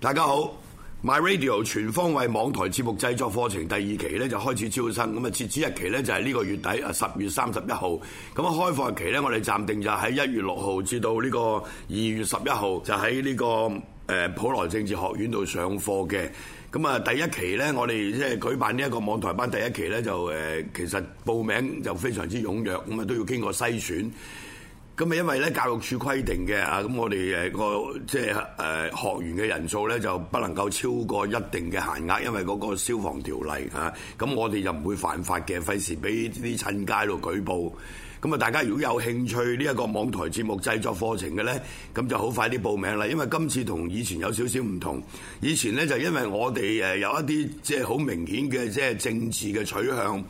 大家好。My Radio 全方位網台節目製作課程第二期咧就開始招生，咁啊截止日期咧就係呢個月底啊十月三十一號，咁啊開放日期咧我哋暫定就喺一月六號至到呢個二月十一號，就喺呢、個。誒普羅政治學院度上課嘅。咁啊，第一期呢，我哋即係舉辦呢一個網台班第一期呢，就誒、呃其實報名就非常之踴躍，咁啊都要經過篩選。咁啊，因為咧教育署規定嘅啊，咁我哋誒個即係誒學員嘅人數咧就不能夠超過一定嘅限額，因為嗰個消防條例啊，咁我哋就唔會犯法嘅，費事俾啲親街度舉報。咁啊，大家如果有興趣呢一個網台節目製作課程嘅咧，咁就好快啲報名啦。因為今次同以前有少少唔同，以前咧就因為我哋誒有一啲即係好明顯嘅即係政治嘅取向。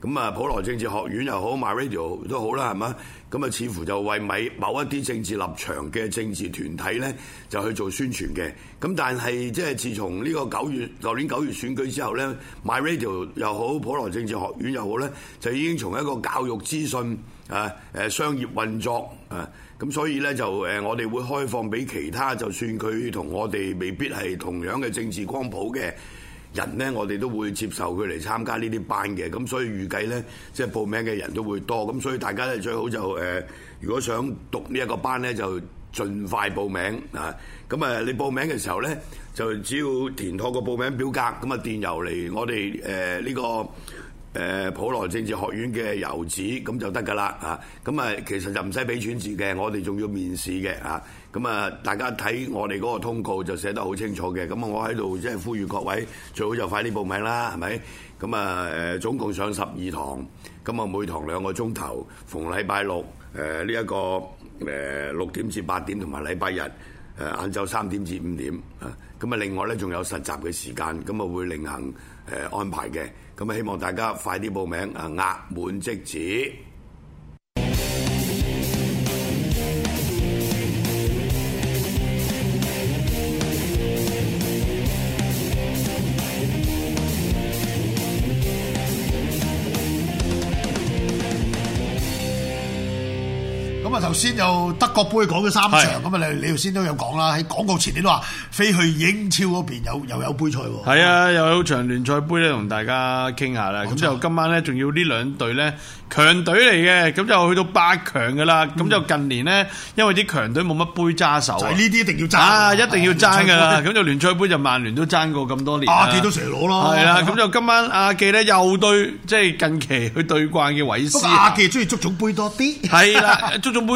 咁啊，普羅政治學院又好，My Radio 都好啦，係嘛？咁啊，似乎就為米某一啲政治立場嘅政治團體咧，就去做宣傳嘅。咁但係即係自從呢個九月舊年九月選舉之後咧，My Radio 又好，普羅政治學院又好咧，就已經從一個教育資訊啊、誒商業運作啊，咁所以咧就誒我哋會開放俾其他，就算佢同我哋未必係同樣嘅政治光譜嘅。人呢，我哋都會接受佢嚟參加呢啲班嘅，咁所以預計呢，即係報名嘅人都會多，咁所以大家咧最好就誒、呃如果想讀呢一個班呢，就盡快報名啊！咁啊，你報名嘅時候呢，就只要填妥個報名表格，咁啊電郵嚟我哋誒呢個。誒、呃普羅政治學院嘅遊子咁就得㗎啦啊！咁啊，其實就唔使俾錢字嘅，我哋仲要面試嘅啊！咁啊，大家睇我哋嗰個通告就寫得好清楚嘅。咁啊，我喺度即係呼籲各位最好就快啲報名啦，係咪？咁啊誒，總共上十二堂，咁啊每堂兩個鐘頭，逢禮拜六誒呢一個誒六、點至八點，同埋禮拜日。誒呃晏晝三點至五點啊，咁啊另外咧仲有實習嘅時間，咁啊會另行誒安排嘅，咁啊希望大家快啲報名啊，額滿即止。咁啊，頭先又德國杯講咗三場，咁啊，你你頭先都有講啦，喺廣告前你都話飛去英超嗰邊有又有杯賽喎。係啊，又有場聯賽杯咧，同大家傾下啦。冇錯咁就今晚咧，仲要呢兩隊咧強隊嚟嘅，咁就去到八強噶啦。咁就近年咧，因為啲強隊冇乜杯揸手就啊係呢啲一定要爭啊，一定要爭噶啦。 聯賽杯咁就聯賽杯就曼聯都爭過咁多年 啦阿記都成日攞咯。係啦，咁就今晚阿記咧又對，即係近期去對慣嘅韋不斯過阿記中意足總杯多啲。係啦，足總杯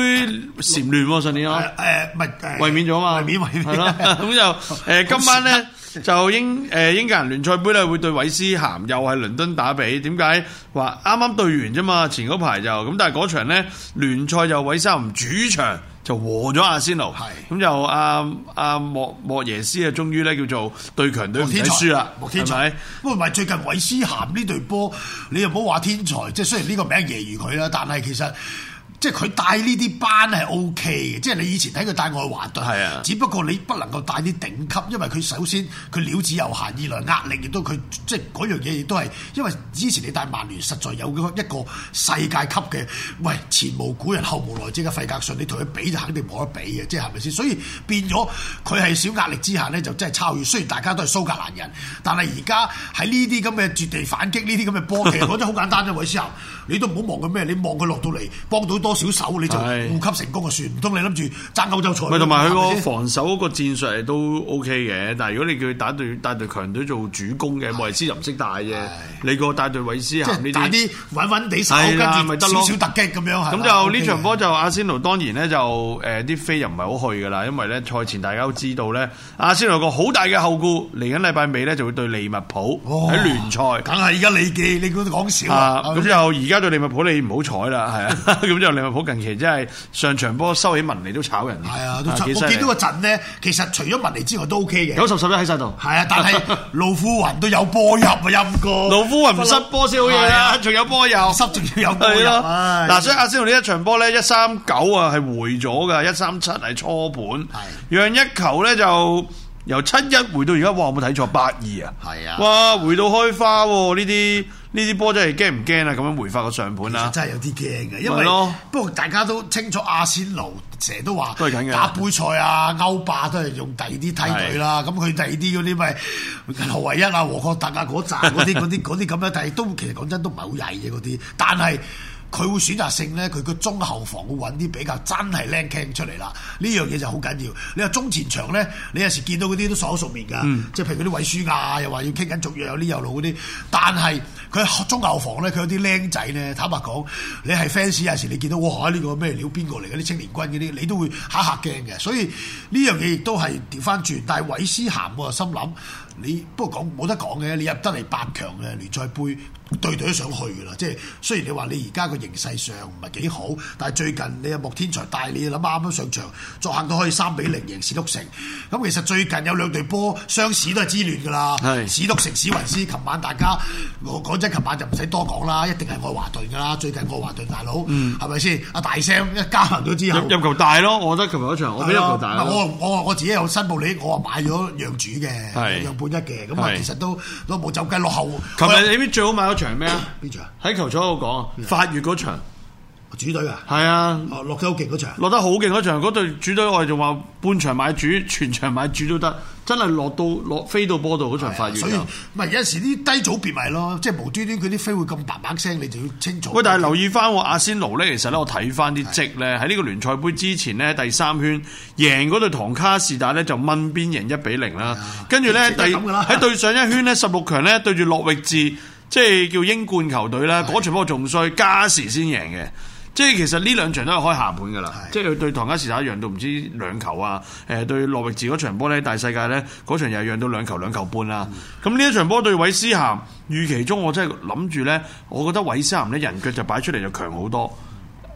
蟬聯喎上年啊。誒誒，唔係誒衛冕咗嘛，衛冕衛 係咯，冕。咁就誒今晚咧就英誒英格蘭聯賽杯咧會對韋斯咸，又係倫敦打比。點解話啱啱對完啫嘛？前嗰排就咁，但係嗰場咧聯賽就韋斯咸主場。就和咗阿仙奴，係咁就阿阿莫莫耶斯啊，終於咧叫做對強隊唔莫使天才輸啦，莫天係咪才。不過唔係最近韋斯咸呢隊波，你又唔好話天才，即係雖然呢個名揶揄佢啦，但係其實。即係佢帶呢啲班係 O K 嘅，即係你以前睇佢帶愛華頓，係啊只不過你不能夠帶啲頂級，因為佢首先佢料子有限，二來壓力亦都佢即係嗰樣嘢亦都係，因為之前你帶曼聯實在有一個世界級嘅，喂前無古人後無來者嘅費格遜，你同佢比就肯定冇得比嘅，即係係咪先？所以變咗佢係小壓力之下呢，就真係超越。雖然大家都係蘇格蘭人，但係而家喺呢啲咁嘅絕地反擊，呢啲咁嘅波， 其實講得好簡單啫，韋斯咸，你都唔好望佢咩，你望佢落到嚟幫到多少手，你就係護級成功就算，唔通你諗住爭歐洲賽？咪同埋係佢咪個先防守嗰個戰術係都 OK 嘅，但係如果你叫佢打隊帶隊強隊做主攻嘅，莫耶斯又唔識帶啫。你個帶隊韋斯咸即呢係打啲。啲穩穩地手，係啦跟咪得住咯少少突擊咁樣。係咁嘛就 OK 呢嘅場波就阿仙奴當然咧就誒啲飛又唔係好去噶啦，因為咧賽前大家都知道咧，阿仙奴有個好大嘅後顧，嚟緊禮拜尾咧就會對利物浦哇喺聯賽。梗係而家你記，你估講少啊啊！，咁就而家對利物浦你唔好彩啦，係 啊，咁就利物浦近期真係上場波收起文尼都炒人，係啊，都出幾犀我見到利個陣咧，其實除咗文尼之外都 OK à, 嘅。九十十一喺晒度，係啊，但係老夫雲都有波入啊，陰哥。老夫雲唔失波先好嘢係啦，啊仲有波又濕仲要有波係入。啊咯，唉嗱，所以阿仙奴呢一場波咧，一三九啊係回咗噶，一三七係初盤，讓一球咧就由七一回到而家，哇！我冇睇錯，八二啊，係啊哇！回到開花喎，呢啲呢啲波真係驚唔驚啊？咁樣回發個上盤其啊實！真係有啲驚嘅，因咪為咯不過大家都清楚阿仙奴成日都話都係緊嘅打杯賽啊、歐霸都係用第二啲梯隊啦，咁佢第二啲嗰啲咪何唯一啊、和國特啊嗰扎嗰啲 嗰啲嗰啲咁樣，但係都其實講真都唔係好曳嘅嗰啲，但係。佢會選擇性咧，佢個中後防會揾啲比較真係靚 c 出嚟啦。呢樣嘢就好緊要。你話中前場咧，你有時見到嗰啲都熟口熟面㗎，嗯即係譬如嗰啲韋舒亞又話要傾緊續約，有啲右路嗰啲，但係佢中後防咧，佢有啲僆仔咧，坦白講，你係 fans 啊有時你見到哇呢、個咩料邊個嚟嘅啲青年軍嗰啲，你都會嚇嚇驚嘅。所以呢樣嘢亦都係調翻轉，但係韋斯咸我就心諗。你不過講冇得講嘅，你入得嚟八強嘅聯賽杯，對對都想去㗎啦。即係雖然你話你而家個形勢上唔係幾好，但係最近你有莫天才帶你諗下啱啱上場作客都可以三比零贏史篤城。咁其實最近有兩隊波雙市都係之亂㗎啦。係史篤城、史雲斯，琴晚大家我講真，琴晚就唔使多講啦，一定係愛華頓㗎啦。最近愛華頓大佬嗯係咪先？阿大聲一加盟咗之後入。入球大咯，我覺得琴日嗰場我俾入球大係咯咯，我我我自己有申報你，我話買咗讓主嘅，係讓半一嘅，咁啊係其實都都冇走雞落後。琴日你知唔知最好買嗰場係咩啊？邊場啊？喺球賽嗰度嗯講，法越嗰場主隊啊？係啊，哦，落得好勁嗰場。落得好勁嗰場，嗰隊主隊我哋仲話半場買主，全場買主都得，真係落到落飛到波度嗰場係法啊越所以就。唔係有時啲低組別咪咯，即係無端端佢啲飛會咁嘭嘭聲，你就要清楚。喂，但係留意翻喎，阿仙奴咧，其實咧，我睇翻啲績咧，喺呢個聯賽杯之前咧，第三圈贏嗰隊唐卡士達咧就掹邊贏一比零啦，啊跟住咧即第係咁㗎啦喺對上一圈咧十六強咧對住諾域治，即係叫英冠球隊啦，嗰場波仲衰，加時先贏嘅。即係其實呢兩場都係開下盤㗎啦，係即係佢對唐加士達讓到唔知兩球啊，誒、對諾域治嗰場波咧，大世界咧嗰場又係讓到兩球兩球半啦。咁呢、一場波對韋斯咸，預期中我真係諗住咧，我覺得韋斯咸咧人腳就擺出嚟就強好多。誒、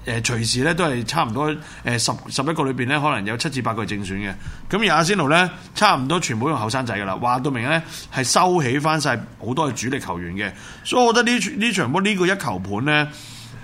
呃隨時咧都係差唔多誒、呃十十一個裏邊咧，可能有七至八個係正選嘅。咁而阿仙奴咧，差唔多全部都用後生仔噶啦，話到明咧係收起翻晒好多嘅主力球員嘅。所以我覺得呢呢場波呢個一球盤咧，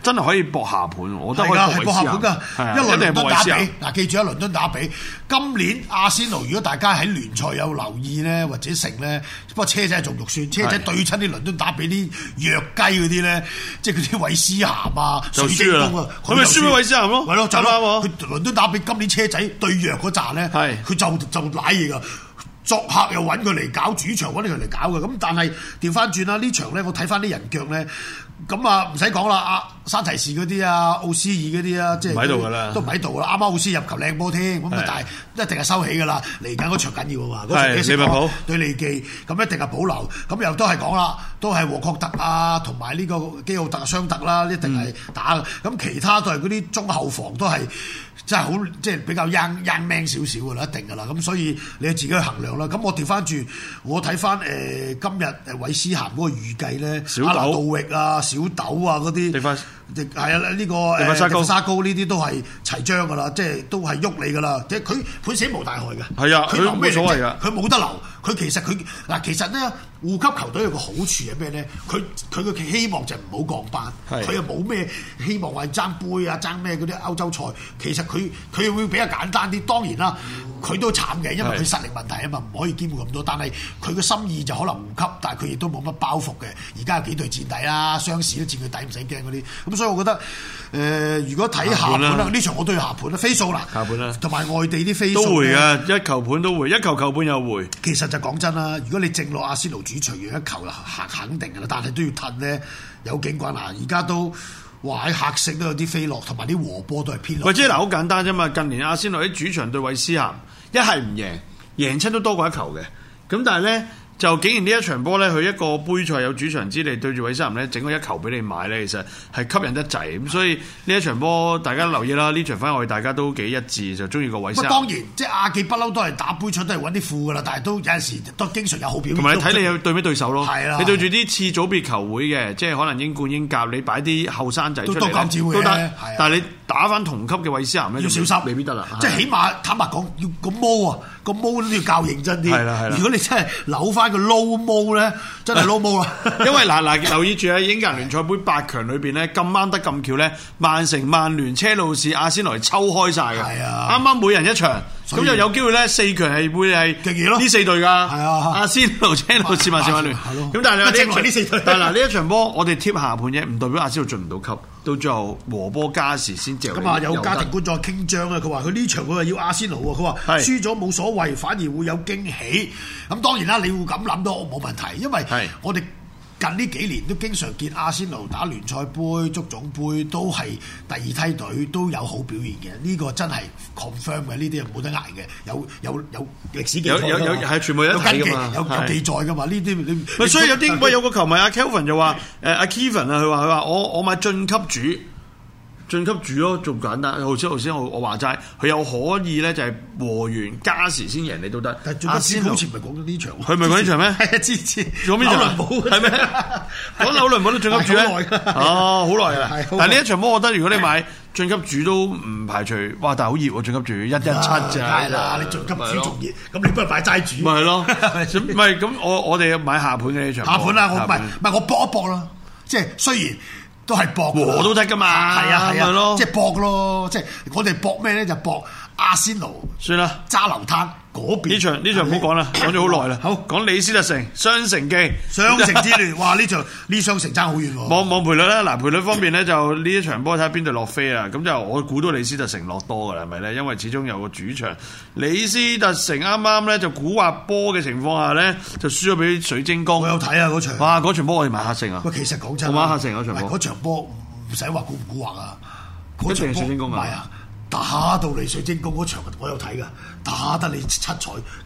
真係可以搏下盤，我覺係得可以㗎，係博搏韋下斯盤㗎咸係，啊一一定來倫係敦搏韋打斯比咸。嗱，記住喺倫敦打比。今年阿仙奴如果大家喺聯賽有留意咧，或者成咧，不過車仔仲肉酸，車仔係對親啲倫敦打比啲弱雞嗰啲咧，即係嗰啲韋斯咸啊、就水輸晶啦宮啊，佢咪輸俾韋斯咸咯係咯，就啱啱啱喎。佢倫敦打比今年車仔對弱嗰扎咧，係佢就就賴嘢㗎。作客又揾佢嚟搞，主場揾佢嚟搞嘅，咁但係調翻轉啦，呢場咧我睇翻啲人腳咧，咁啊唔使講啦，阿山提士嗰啲啊，奧斯爾嗰啲啊，即係唔喺度㗎啦都唔喺度㗎啦，啱啱奧斯入球靚波添，咁係啊但係一定係收起㗎啦，嚟緊嗰場緊要啊嘛，嗰係場幾時利物浦對利記，咁一定係保留，咁又都係講啦，都係和確特啊，同埋呢個基奧特、雙特啦，一定嗯係打嘅。咁、其他都係嗰啲中後防都係真係好，即係比較 young young man 少少㗎啦，一定㗎啦。咁所以你要自己去衡量啦。咁我調翻轉，我睇翻誒今日誒韋斯咸嗰個預計咧，小阿拿豆杜域啊、小豆啊嗰啲，迪法係啊呢個迪誒法沙高迪法沙高呢啲都係齊章㗎啦，即係都係喐你㗎啦，即係佢本死無大害嘅。係啊佢留咩冇所謂啫㗎佢冇得留，佢其實佢嗱，其實咧護級球隊有個好處係咩咧？佢佢嘅希望就唔好降班，係佢又冇咩希望話爭杯啊爭咩嗰啲歐洲賽。其實佢佢會比較簡單啲，當然啦，佢都慘嘅，因為係佢實力問題啊嘛，唔可以兼顧咁多。但係佢嘅心意就可能護級，但係佢亦都冇乜包袱嘅。而家有幾隊墊底啦，雙市都佔佢底，唔使驚嗰啲。咁所以我覺得誒、呃如果睇下下盤盤啦啦，呢場我都要下盤啦，飛數啦，下盤啦同埋外地啲飛數都啊回呢嘅，一球盤都回，一球球半又回。其實就講真啦，如果你正落阿仙奴主場讓一球啦，行肯定噶啦，但係都要褪咧，有警棍啊！而家都話喺客色都有啲飛落，同埋啲和波都係偏落。啊喂，即係嗱，好簡單啫嘛。近年阿仙奴喺主場對韋斯咸，一係唔贏，贏親都多過一球嘅。咁但係咧，就竟然呢一場波咧，佢一個杯賽有主場之利對住韋斯咸咧，整個一球俾你買咧，其實係吸引得滯。咁所以呢一場波大家留意啦，呢場翻我哋大家都幾一致，就中意個韋斯咁咸。當然，即係亞記不嬲都係打杯賽都係揾啲副噶啦，但係都有陣時都經啊常有好表現。同埋你睇你有對咩對手咯，係啦你對住啲次組別球會嘅，即係可能英冠、英甲，你擺啲後生仔出都嚟呢都夠照嘅都係得啊。但係你打翻同級嘅韋斯咸咧，要小心，未必得啦。即係起碼坦白講，要個毛啊，個毛都要較認真啲。係啦係啦如果你真係扭翻個撈毛咧，真係撈 毛啦。 因為嗱嗱，留意住喺英格蘭聯賽杯八強裏邊咧，咁啱得咁巧咧，曼城、曼聯、車路士、阿仙奴係抽開晒嘅，係啊啱啱每人一場，所以咁又有機會咧，四強係會係極熱咯呢四隊㗎。係啊阿仙奴、車路士、曼城、曼聯。 係咯咁但係正你話話呢四隊但係嗱呢一場波，我哋貼下盤啫，唔代表阿仙奴進唔到級，到最後和波加時先至咁啊，有得家庭觀眾傾張啊，佢話佢呢場佢話要阿仙奴喎，佢話係輸咗冇所謂，反而會有驚喜。咁當然啦，你會咁諗都冇問題，因為係我哋。近呢幾年都經常見阿仙奴打聯賽杯、足總杯都係第二梯隊都有好表現嘅，呢、個真係 confirm 嘅，呢啲係冇得捱嘅，有有有歷史記載㗎嘛有有有係全部有得睇㗎有根嘛記有有係記載㗎嘛，呢啲你咪你所以有啲但喂有個球迷阿 Kelvin 就話誒阿 Kevin 啊，佢話佢話我我買進級主。進級主咯，仲簡單。頭先頭先我我話齋，佢又可以咧就係和完加時先贏你都得。但係阿最仙近奴好似唔係講到呢場喎，佢唔係講呢場咩 係啊，之前講邊場啊紐倫堡係咩講紐倫堡都進級主咧係 好耐㗎，哦，好耐啦係。好但係呢耐一場波，我覺得如果你買進級主都唔排除，哇！但係好熱喎，進級主一一七咋。啊梗 係啦，你進金豬仲熱，咁你不如買齋主。咪係咯，咁咪係咁，我我哋買下盤嘅呢場波。下盤啦，我下唔係唔係我搏一搏啦，即係雖然都係搏㗎啦和都得㗎嘛係啊係咪咯啊，即係搏咯，即係我哋搏咩咧？就搏阿仙奴算啦。揸流灘嗰邊呢場呢場唔好講啦，講咗好耐啦。啊好講李斯特城雙城記，雙城 之亂，哇！呢場呢雙城爭好遠喎。望望賠率啦，嗱賠率方面咧就呢一場波睇下邊隊落飛啊，咁就我估到李斯特城落多噶啦，係咪咧？因為始終有個主場，李斯特城啱啱咧就估滑波嘅情況下咧就輸咗俾水晶我宮，有睇啊嗰場。哇！嗰場波我哋買黑勝啊，喂，其實講真我啊，玩黑城嗰場喂波嗰場波唔使話估唔估惑啊！嗰一定係水晶宮啊唔係啊，打到嚟水晶宮嗰場我有睇噶，打得你七彩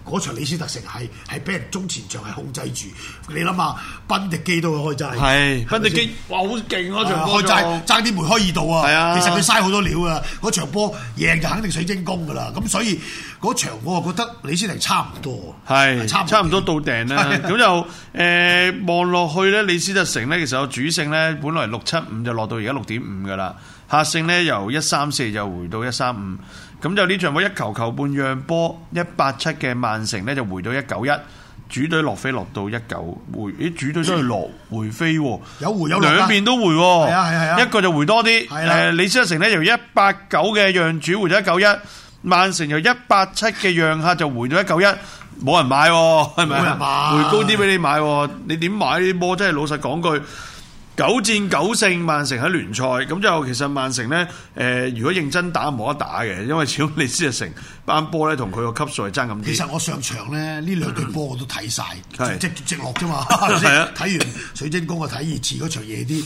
嗰場李斯特城係係俾人中前場係控制住，你諗下，賓迪基都開齋，係咪賓迪先基，哇好勁嗰啊場開波就齋爭啲梅開二度啊！係啊其實佢嘥好多料啊！嗰場波贏就肯定水晶宮噶啦，咁所以嗰場我啊覺得李斯特城差唔多，啊係差唔差唔多到訂啦。咁就誒望落去咧，李斯特城咧其實有主勝咧，本來六七五就落到而家六點五噶啦，客勝咧由一三四就回到一三五。咁就呢場波一球球半讓波一八七嘅曼城咧就回到一九一。主隊落飛落到一九回，咦主隊都係落回飛喎，有回有落㗎兩邊都回喎，係啊係啊係啊一個就回多啲，係啦誒李斯特城咧由一八九嘅讓主回咗一九一，曼城由一八七嘅讓客就回咗一九一，冇人買喎，係咪冇人買回高啲俾你買喎，你點買呢啲波？真係老實講句。九戰九勝，曼城喺聯賽咁就其實曼城呢，誒、如果認真打冇得打嘅，因為始終李斯特城班波咧同佢個級數係爭咁其啲實。我上場咧，呢兩隊波我都睇晒，係直直落啫 嘛。係啊睇完水晶宮我睇熱刺嗰場夜啲，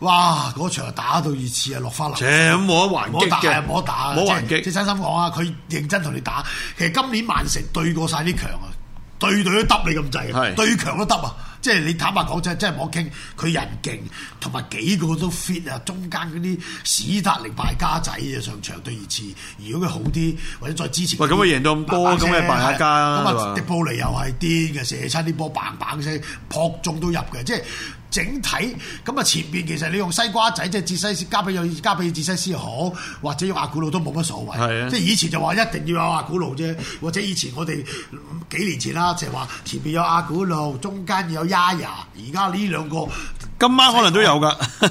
哇！嗰場打到熱刺啊落花流切，冇得還冇擊打嘅，冇打，冇還即係即擊係。真心講啊，佢認真同你打。其實今年曼城對過晒啲強啊，對對都揼你咁滯啊係，對強都揼啊。即係你坦白講真，真係冇得傾。佢人勁，同埋幾個都 fit 啊。中間嗰啲史達力敗家仔啊，上場對熱刺。如果佢好啲，或者再支持啲，喂咁佢贏到咁多砰砰聲咁咪敗下家啦咁係嘛啊，迪布尼又係癲嘅，射親啲波砰砰聲，撲中都入嘅，即係。整體咁啊，前邊其實你用西瓜仔即係哲西斯加比有加比哲西斯又好，或者用阿古路都冇乜所係啊謂。即係以前就話一定要有阿古路啫，或者以前我哋嗯幾年前啦，就係話前邊有阿古路，中間有 Yaya，而家呢 兩個。今晚可能都有㗎。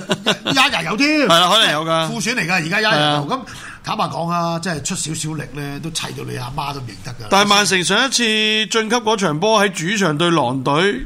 丫丫有添， 係啦可能有㗎副選嚟㗎，而家丫係丫啊有咁。坦白講啊，真係出少少力咧，都砌到你阿媽都唔認得㗎。但係曼城上一次晉級嗰場波喺主場對狼隊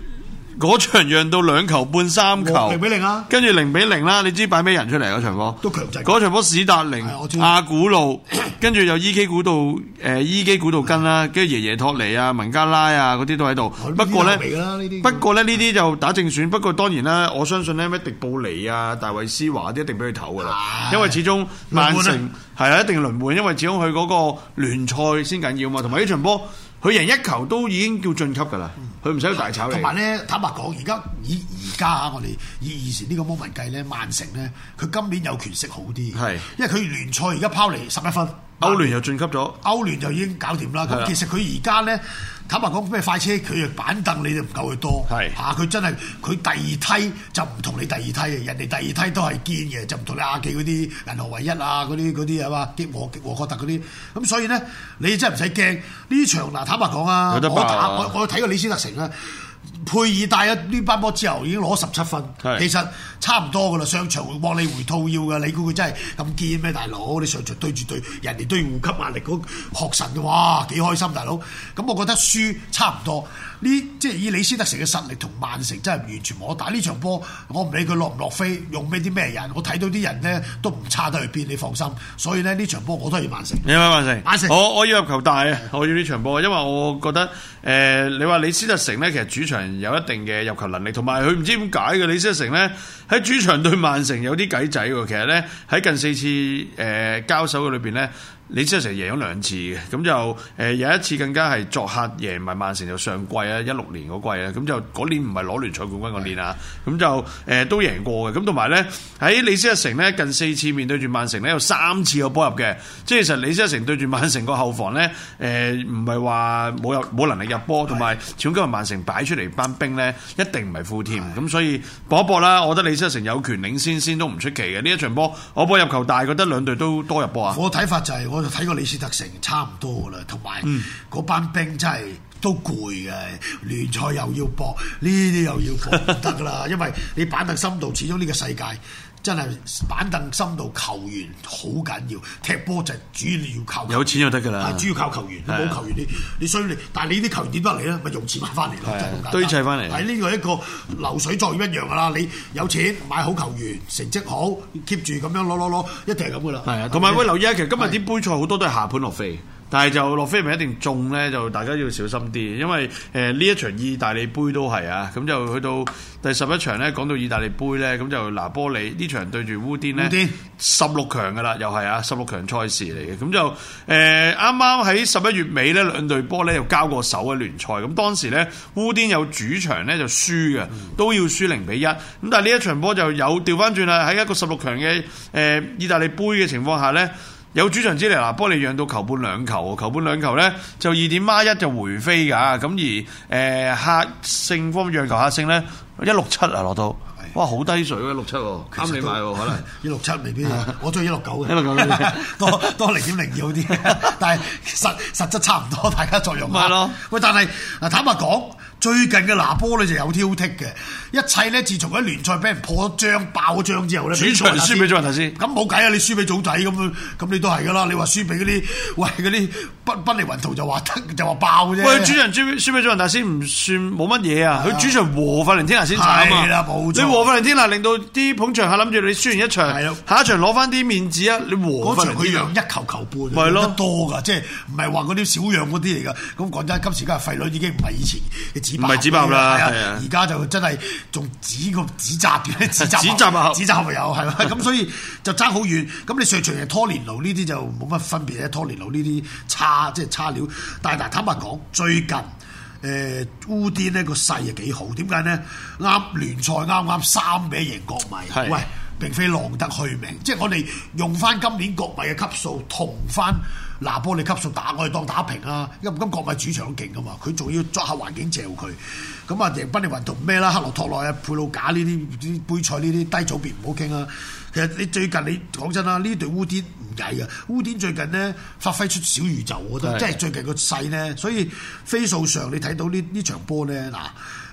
嗰場讓到兩球半三球，零比零啊跟住零比零啦。你知擺咩人出嚟嗰場波？都強制嗰場波史達寧係我知、阿古路，跟住又伊基古道、誒伊基古道根啦，跟住爺爺托尼啊、文加拉啊嗰啲都喺度哦。呢不啲過咧後備㗎啦呢，啲不過咧呢啲就打正選。不過當然啦，我相信咧咩迪布尼啊、大衛斯華啲一定俾佢唞㗎啦，係因為始終曼輪換城啊係啊一定輪換，因為始終佢嗰個聯賽先緊要嘛，同埋呢場波佢贏一球都已經叫晉級㗎啦，佢唔使大炒嗯你同。埋咧，坦白講，而家以而家啊我哋以以前呢個 moment 計咧，曼城咧，佢今年有權食好啲，係因為佢聯賽而家拋離十一分，歐聯又晉級咗。歐聯就已經搞掂啦。係啦咁其實佢而家咧，坦白講咩快車，佢嘅板凳你就唔夠佢多。係嚇，佢真係佢第二梯就唔同你第二梯嘅，人哋第二梯都係堅嘅，就唔同你亞記嗰啲銀河唯一啊嗰啲嗰啲係嘛，激和激和國特嗰啲。咁所以咧，你真係唔使驚呢場嗱，坦白講啊，有得我爆啊打我我睇過李斯特城啊。賠佩爾帶咗呢班波之後已經攞十七分，係其實差唔多噶啦。上場往你回吐要嘅，你估佢真係咁堅咩，大佬？你上場對住對人哋都要護級壓力嗰學神嘅，哇幾開心，大佬！咁我覺得輸差唔多，呢即係以李斯特城嘅實力同曼城真係完全冇得打。呢場波我唔理佢落唔落飛，用咩啲咩人，我睇到啲人呢都唔差得去邊，你放心。所以呢，呢場波我都係要曼城。你話曼城，曼城我我要入球大啊！我要呢場波，因為我覺得誒、呃你話李斯特城咧，其實主場有一定嘅入球能力，同埋佢唔知點解嘅李斯特城咧喺主場對曼城有啲計仔喎。其實咧喺近四次誒、呃交手嘅裏邊咧，李斯特城贏咗兩次嘅，咁就誒、呃有一次更加係作客贏埋曼城，就上季啊一六年嗰季啊，咁就嗰年唔係攞聯賽冠軍嗰年啊，咁就誒、呃都贏過嘅，咁同埋咧喺李斯特城咧近四次面對住曼城咧有三次有波入嘅，即係其實李斯特城對住曼城個後防咧，誒唔係話冇入冇能力入波，同埋始終今日曼城擺出嚟班兵咧一定唔係富添，咁所以搏一搏啦，我覺得李斯特城有權領先先都唔出奇嘅，呢一場波我波入球大，覺得兩隊都多入波啊，我睇法就係、我就睇過李斯特城差唔多噶啦，同埋嗯嗰班兵真係。都攰嘅，聯賽又要搏，呢啲又要搏，唔得噶啦。 因為你板凳深度，始終呢個世界真係板凳深度，球員好緊要，踢波就主要要靠球員有錢就得㗎啦係主要靠球員，你係冇啊球員你你所以你，但係你啲球員點得嚟咧？咪用錢買翻嚟咯，係就啊係咁簡單堆砌返嚟係呢個一個流水作業一樣噶啦，你有錢買好球員，成績好 keep 住咁樣攞攞攞，一定係咁噶啦。係啊，同埋喂留意啊，其實今日啲杯賽好多都係下盤落飛。但係就落飛唔一定中咧，就大家要小心啲，因為誒呢、一場意大利杯都係啊，咁就去到第十一場咧，講到意大利杯咧，咁就拿波里呢場對住烏甸烏甸咧，十六強噶啦，又係啊，十六強賽事嚟嘅，咁就誒啱啱喺十一月尾咧，兩隊波咧又交過手嘅聯賽，咁當時咧烏甸有主場咧就輸嘅，都要輸零比一，咁但係呢一場波就有調翻轉啦，喺一個十六強嘅誒意大利杯嘅情況下咧。有主場之利，嗱，波利讓到球半兩球，球半兩球呢就二點孖一就回飛㗎，咁而誒、呃客勝方面讓球客勝呢，一六七啊落到，哇好低水喎一六七喎，啱你買喎可能。一六七未 必，我中意一六九嘅， 169 多多零點零二好啲， 但係實實質差唔多，大家作用啊咪係咯。喂，但係嗱，坦白講，最近嘅拿波咧就有挑剔嘅，一切咧自從喺聯賽俾人破咗張爆咗張之後咧，主場輸俾祖雲達斯咁冇計啊！你輸俾祖仔咁樣，咁你都係噶啦。你話輸俾嗰啲喂嗰啲不不離雲圖就話得就話爆啫。喂，主場輸輸俾祖雲達斯唔算冇乜嘢啊，佢主場和法倫天拿先慘啊！係啦冇錯你和法倫天拿令到啲捧場客諗住你輸完一係咯場，下一場攞翻啲面子啊！你和嗰法場倫佢天拿讓一球球半，啊咪係咯得多㗎，即係唔係話嗰啲小讓嗰啲嚟㗎。咁講真，今時今日費率已經唔係以前嘅指唔係指爆啦係啊而家就真係仲指個指責 嘅指責指責啊指責咪 有係嘛？咁所以就爭好遠。咁你上場嘅拖連奴呢啲就冇乜分別嘅，拖連奴呢啲差即係差料。但係嗱，坦白講，最近。誒烏甸呢個勢係幾好，點解呢？啱聯賽啱啱三比一贏國米，係喂！並非浪得虛名，即係我哋用翻今年國米嘅級數同翻拿波利級數打，我哋當打平啦。因為咁國米主場勁噶嘛，佢仲要作客環境嚼佢，咁啊贏賓利雲同咩啦，克羅托內啊、佩魯賈呢啲呢啲杯賽呢啲低組別唔好傾啦。其實你最近你講真啦，呢隊烏甸唔曳嘅，烏甸最近呢發揮出小宇宙，我覺得係即係最近個勢呢。所以飛數上你睇到呢呢場波呢，嗱。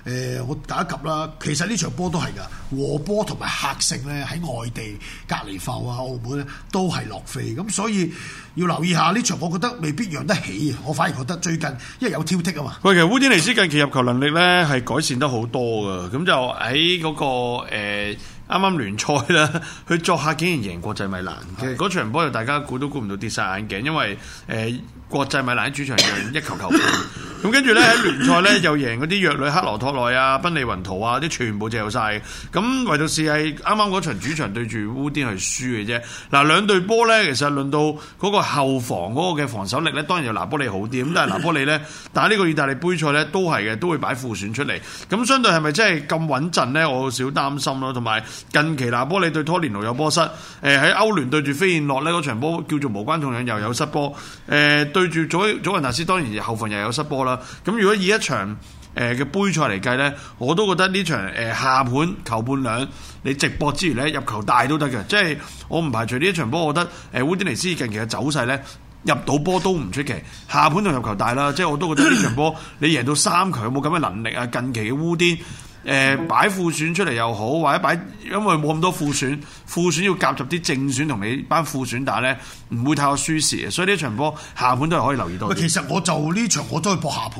誒、我打一及啦。其實呢場波都係㗎，和波同埋客勝咧喺外地隔離埠啊、澳門咧都係落飛，咁所以要留意下呢場，我覺得未必讓得起啊。我反而覺得最近因為有挑剔啊嘛，喂，其實烏甸尼斯近期入球能力咧係改善得好多嘅，咁就喺嗰、個呃啱啱聯賽 啦，佢作客竟然贏國際米蘭，其實嗰場波就大家估都估唔到跌晒眼鏡，因為誒、呃、國際米蘭喺主場讓一球球半，咁跟住咧喺聯賽咧又贏嗰啲弱旅克羅托內啊、賓利雲圖啊啲全部掉晒嘅，咁唯獨是係啱啱嗰場主場對住烏甸係輸嘅啫。嗱兩隊波咧，其實論到嗰個後防嗰個嘅防守力咧，當然就拿波利好啲，咁但係拿波利咧，打呢個 意大利杯賽咧都係嘅，都會擺副選出嚟。咁相對係咪真係咁穩陣咧？我有少擔心咯。同埋近期拿波利對拖連奴有波失，誒、喺歐聯對住飛燕諾呢嗰場波叫做無關痛癢又有失波，誒、對住祖祖雲達斯當然後防又有失波啦。咁如果以一場誒呃嘅杯賽嚟計咧，我都覺得呢場誒、下盤球半兩，你直播呃之餘咧入球大都得嘅，即係我唔排除呢一場波，我覺得誒烏甸尼斯近期嘅走勢咧入到波都唔出奇。下盤就入球大啦，即係我都覺得呢場 波你贏到三強有冇咁嘅能力啊？近期嘅烏甸。誒、擺副選出嚟又好，或者擺因為冇咁多副選，副選要夾雜啲正選同你班副選打咧，唔會太過輸蝕嘅，所以呢場波下盤都係可以留意到喂，。其實我就呢場我都去搏下係啊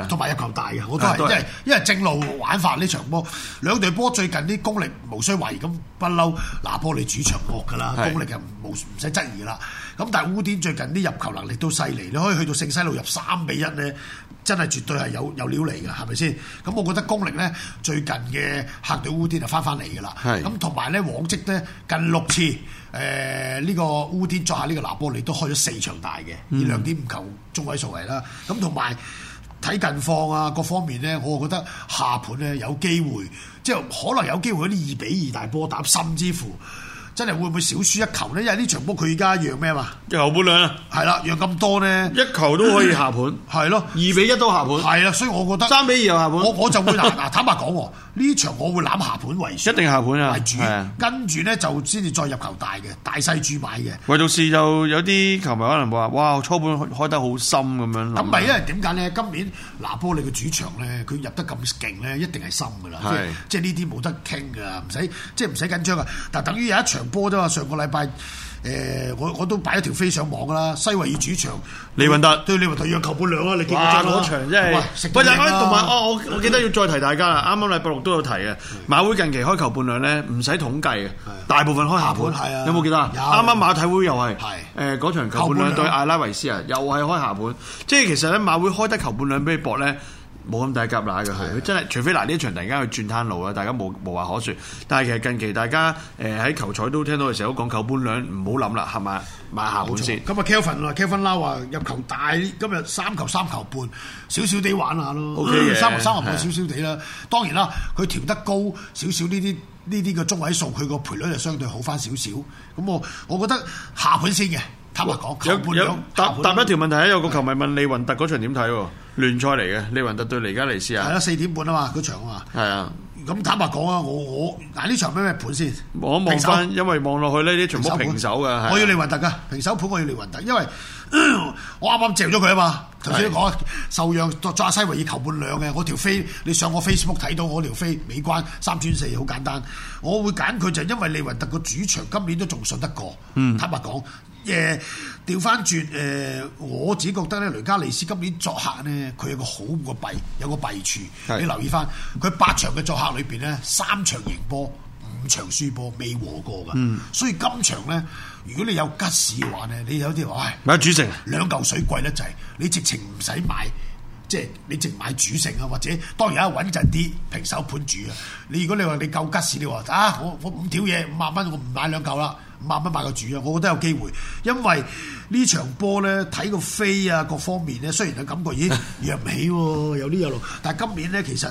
盤，同埋入球大嘅，我都係啊都係係，因為因為正路玩法呢場波，兩隊波最近啲功力無需懷疑，咁不嬲拿波利主場惡㗎啦，係功力就無唔使質疑啦。咁但係烏甸最近啲入球能力都犀利，你可以去到聖西路入三比一咧，真係絕對係有有料嚟㗎，係咪先？咁我覺得功力咧最近嘅客隊烏甸就翻翻嚟㗎啦。係咁同埋咧往績咧近六次，誒、呢、個烏甸作下呢個拿波利都開咗四場大嘅，以兩點五球中位數為啦。咁同埋睇近況啊，各方面咧，我覺得下盤咧有機會，即係可能有機會嗰啲二比二大波打，甚至乎真係會唔會少輸一球咧？因為呢場波佢而家讓咩嘛？又半兩啊啦，係啦，讓咁多咧，一球都可以下盤，二係咯，比一都下盤，係啦，所以我覺得三比二又下盤，我我就會嗱嗱坦白講喎，呢場我會攬下盤為主一。定下盤啊買，主係啊，跟住咧就先至再入球大嘅，大細注買嘅。唯獨是就有啲球迷可能話：哇，初盤開開得好深咁樣。咁啊咪因為點解咧？今年拿波利嘅主場咧，佢入得咁勁咧，一定係深噶啦。即係係即係呢啲冇得傾噶，唔使即係唔使緊張噶。啊但等於有一場波啫嘛，上個禮拜。誒、我我都擺咗條飛上網㗎啦，西維爾主場利雲特對利雲特讓球半兩啦，你見哇！過啦嗰場真係喂，食到啊喂，但係嘢啦同埋哦，我我記得要再提大家啦。啱啱禮拜六都有提嘅，嗯馬會近期開球半量咧，唔使統計嘅，大部分開下盤下盤係啊有冇記得啊？有啱啱馬體會又係係誒嗰場球半量球半量對阿拉維斯啊，又係開下盤。即係其實咧，馬會開得球半量俾你搏咧。冇咁大夾乸嘅佢，佢真係除非嗱呢一場突然間去轉攤路啦，大家冇無話可説。但係其實近期大家誒喺球賽都聽到佢成日都講球半量唔好諗啦，係咪買下盤先？咁啊，Kelvin 啊，Kelvin 啦話入球大，今日三球三球半，少少地玩下咯。 OK 嘅 三球三球係半少少地啦。當然啦，佢調得高少少呢啲呢啲嘅中位數，佢個賠率就相對好翻少少。咁我我覺得下盤先嘅，坦白講，有球半有兩答下盤答一條問題咧，有個球迷問利雲特嗰場點睇喎？聯賽嚟嘅，利雲特對尼加尼斯係啊，啦，四點半啊嘛，嗰場啊嘛。係啊，咁坦白講啊，我我嗱呢場咩咩盤先？我望平手翻，因為望落去呢呢場波盤平手嘅，係啊我要利雲特噶平手盤，我要利雲特，因為 我啱啱借咗佢啊嘛。頭先講受讓作作西維爾球半兩嘅，我條飛你上我 Facebook 睇到我條飛美關三轉四好簡單。我會揀佢就因為利雲特個主場今年都仲信得過，嗯坦白講。誒調翻轉誒，我自己覺得咧，雷加利斯今年作客咧，佢有個好個弊，有個弊處。係你留意翻，佢八場嘅作客裏邊咧，三場贏波，五場輸波，未和過噶。所以今場咧，如果你有吉士嘅話咧，你有啲話，唉，咪有主城，啊兩嚿水貴得滯，你直情唔使買。即係你淨買主勝啊，或者當然啦穩陣啲平手盤主啊。你如果你話你夠吉士，你話啊我我五條嘢五萬蚊，我唔買兩嚿啦，五萬蚊買個主啊，我覺得有機會，因為呢場波咧睇個飛啊各方面咧，雖然佢感覺咦弱唔起喎，有啲有路，但係今年咧其實。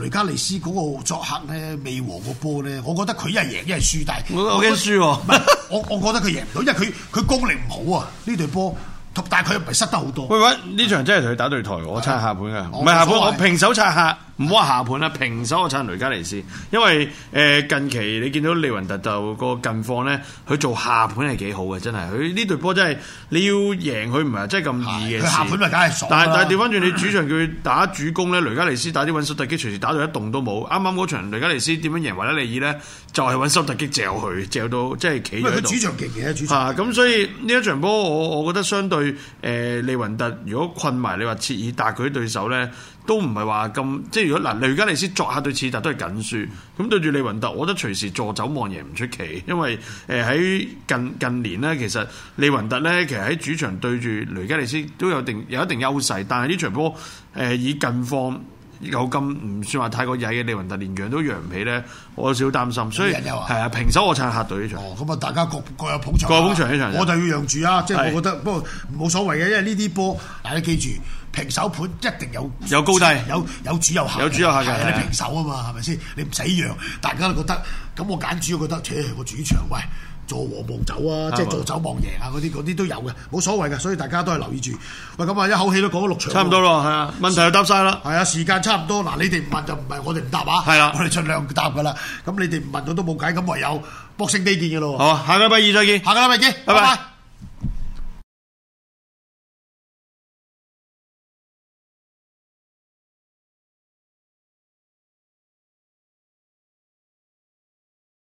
雷加利斯嗰個作客咧未和個波咧，我覺得佢一係贏一係輸，但係我我驚輸喎唔係我我覺得佢贏唔到，因為佢佢功力唔好啊呢隊波，同但係佢又唔係失得好多。喂喂，呢場真係同佢打對台，我撐下盤嘅，我唔係下冇盤，所謂我平手撐下，唔好話下盤啦，平手我撐雷加尼斯，因為誒、呃近期你見到利雲特就個近況咧，佢做下盤係幾好嘅，真係佢呢隊波真係你要贏佢唔係真係咁易嘅佢事下盤咪梗係爽但係但係啦調翻轉你主場佢打主攻咧，雷加尼斯打啲揾手突擊，隨時打到一棟都冇。啱啱嗰場雷加尼斯點樣贏維拉利爾咧，就係、揾手突擊嚼佢，嚼到即係企因為咗喺佢度主。場勁嘅主場，啊，咁所以呢一場波，我我覺得相對誒、呃利雲特，如果困埋你話切爾達佢啲對手咧，都唔係話咁，即係如果嗱，雷加利斯作下對切爾達都係緊輸，咁對住利雲特，我覺得隨時助走望贏唔出奇，因為誒喺、近近年咧，其實利雲特咧，其實喺主場對住雷加利斯都有定有一定優勢，但係呢場波誒、呃以近況。有咁唔算話太過曳嘅利雲特，連揚都揚唔起咧，我有少少擔心，所以有人有啊係啊平手我撐客隊呢場。哦，咁啊，大家各各有捧場啊，各有捧場呢場我就要讓住啊！即係係我覺得，不過冇所謂嘅，因為呢啲波，嗱你記住，平手盤一定有有高低有有主有下，有主有下嘅係係啊你平手啊嘛，係咪先？你唔使讓，大家都覺得，咁我揀主，我覺得，切我主場喂。做和望走啊，即啱啊係做走望贏啊，嗰啲嗰啲都有嘅，冇所謂嘅，所以大家都係留意住。喂，咁啊，一口氣都講咗六場，差唔多咯，係啊，問題就答晒啦。係啊，時間差唔多，嗱你哋唔問就唔係我哋唔答啊，係啦我哋盡量答噶啦。咁你哋唔問到都冇計，咁唯有 boxing day 見嘅咯喎。好啊，下個禮拜二再見。下個禮拜見，拜拜拜拜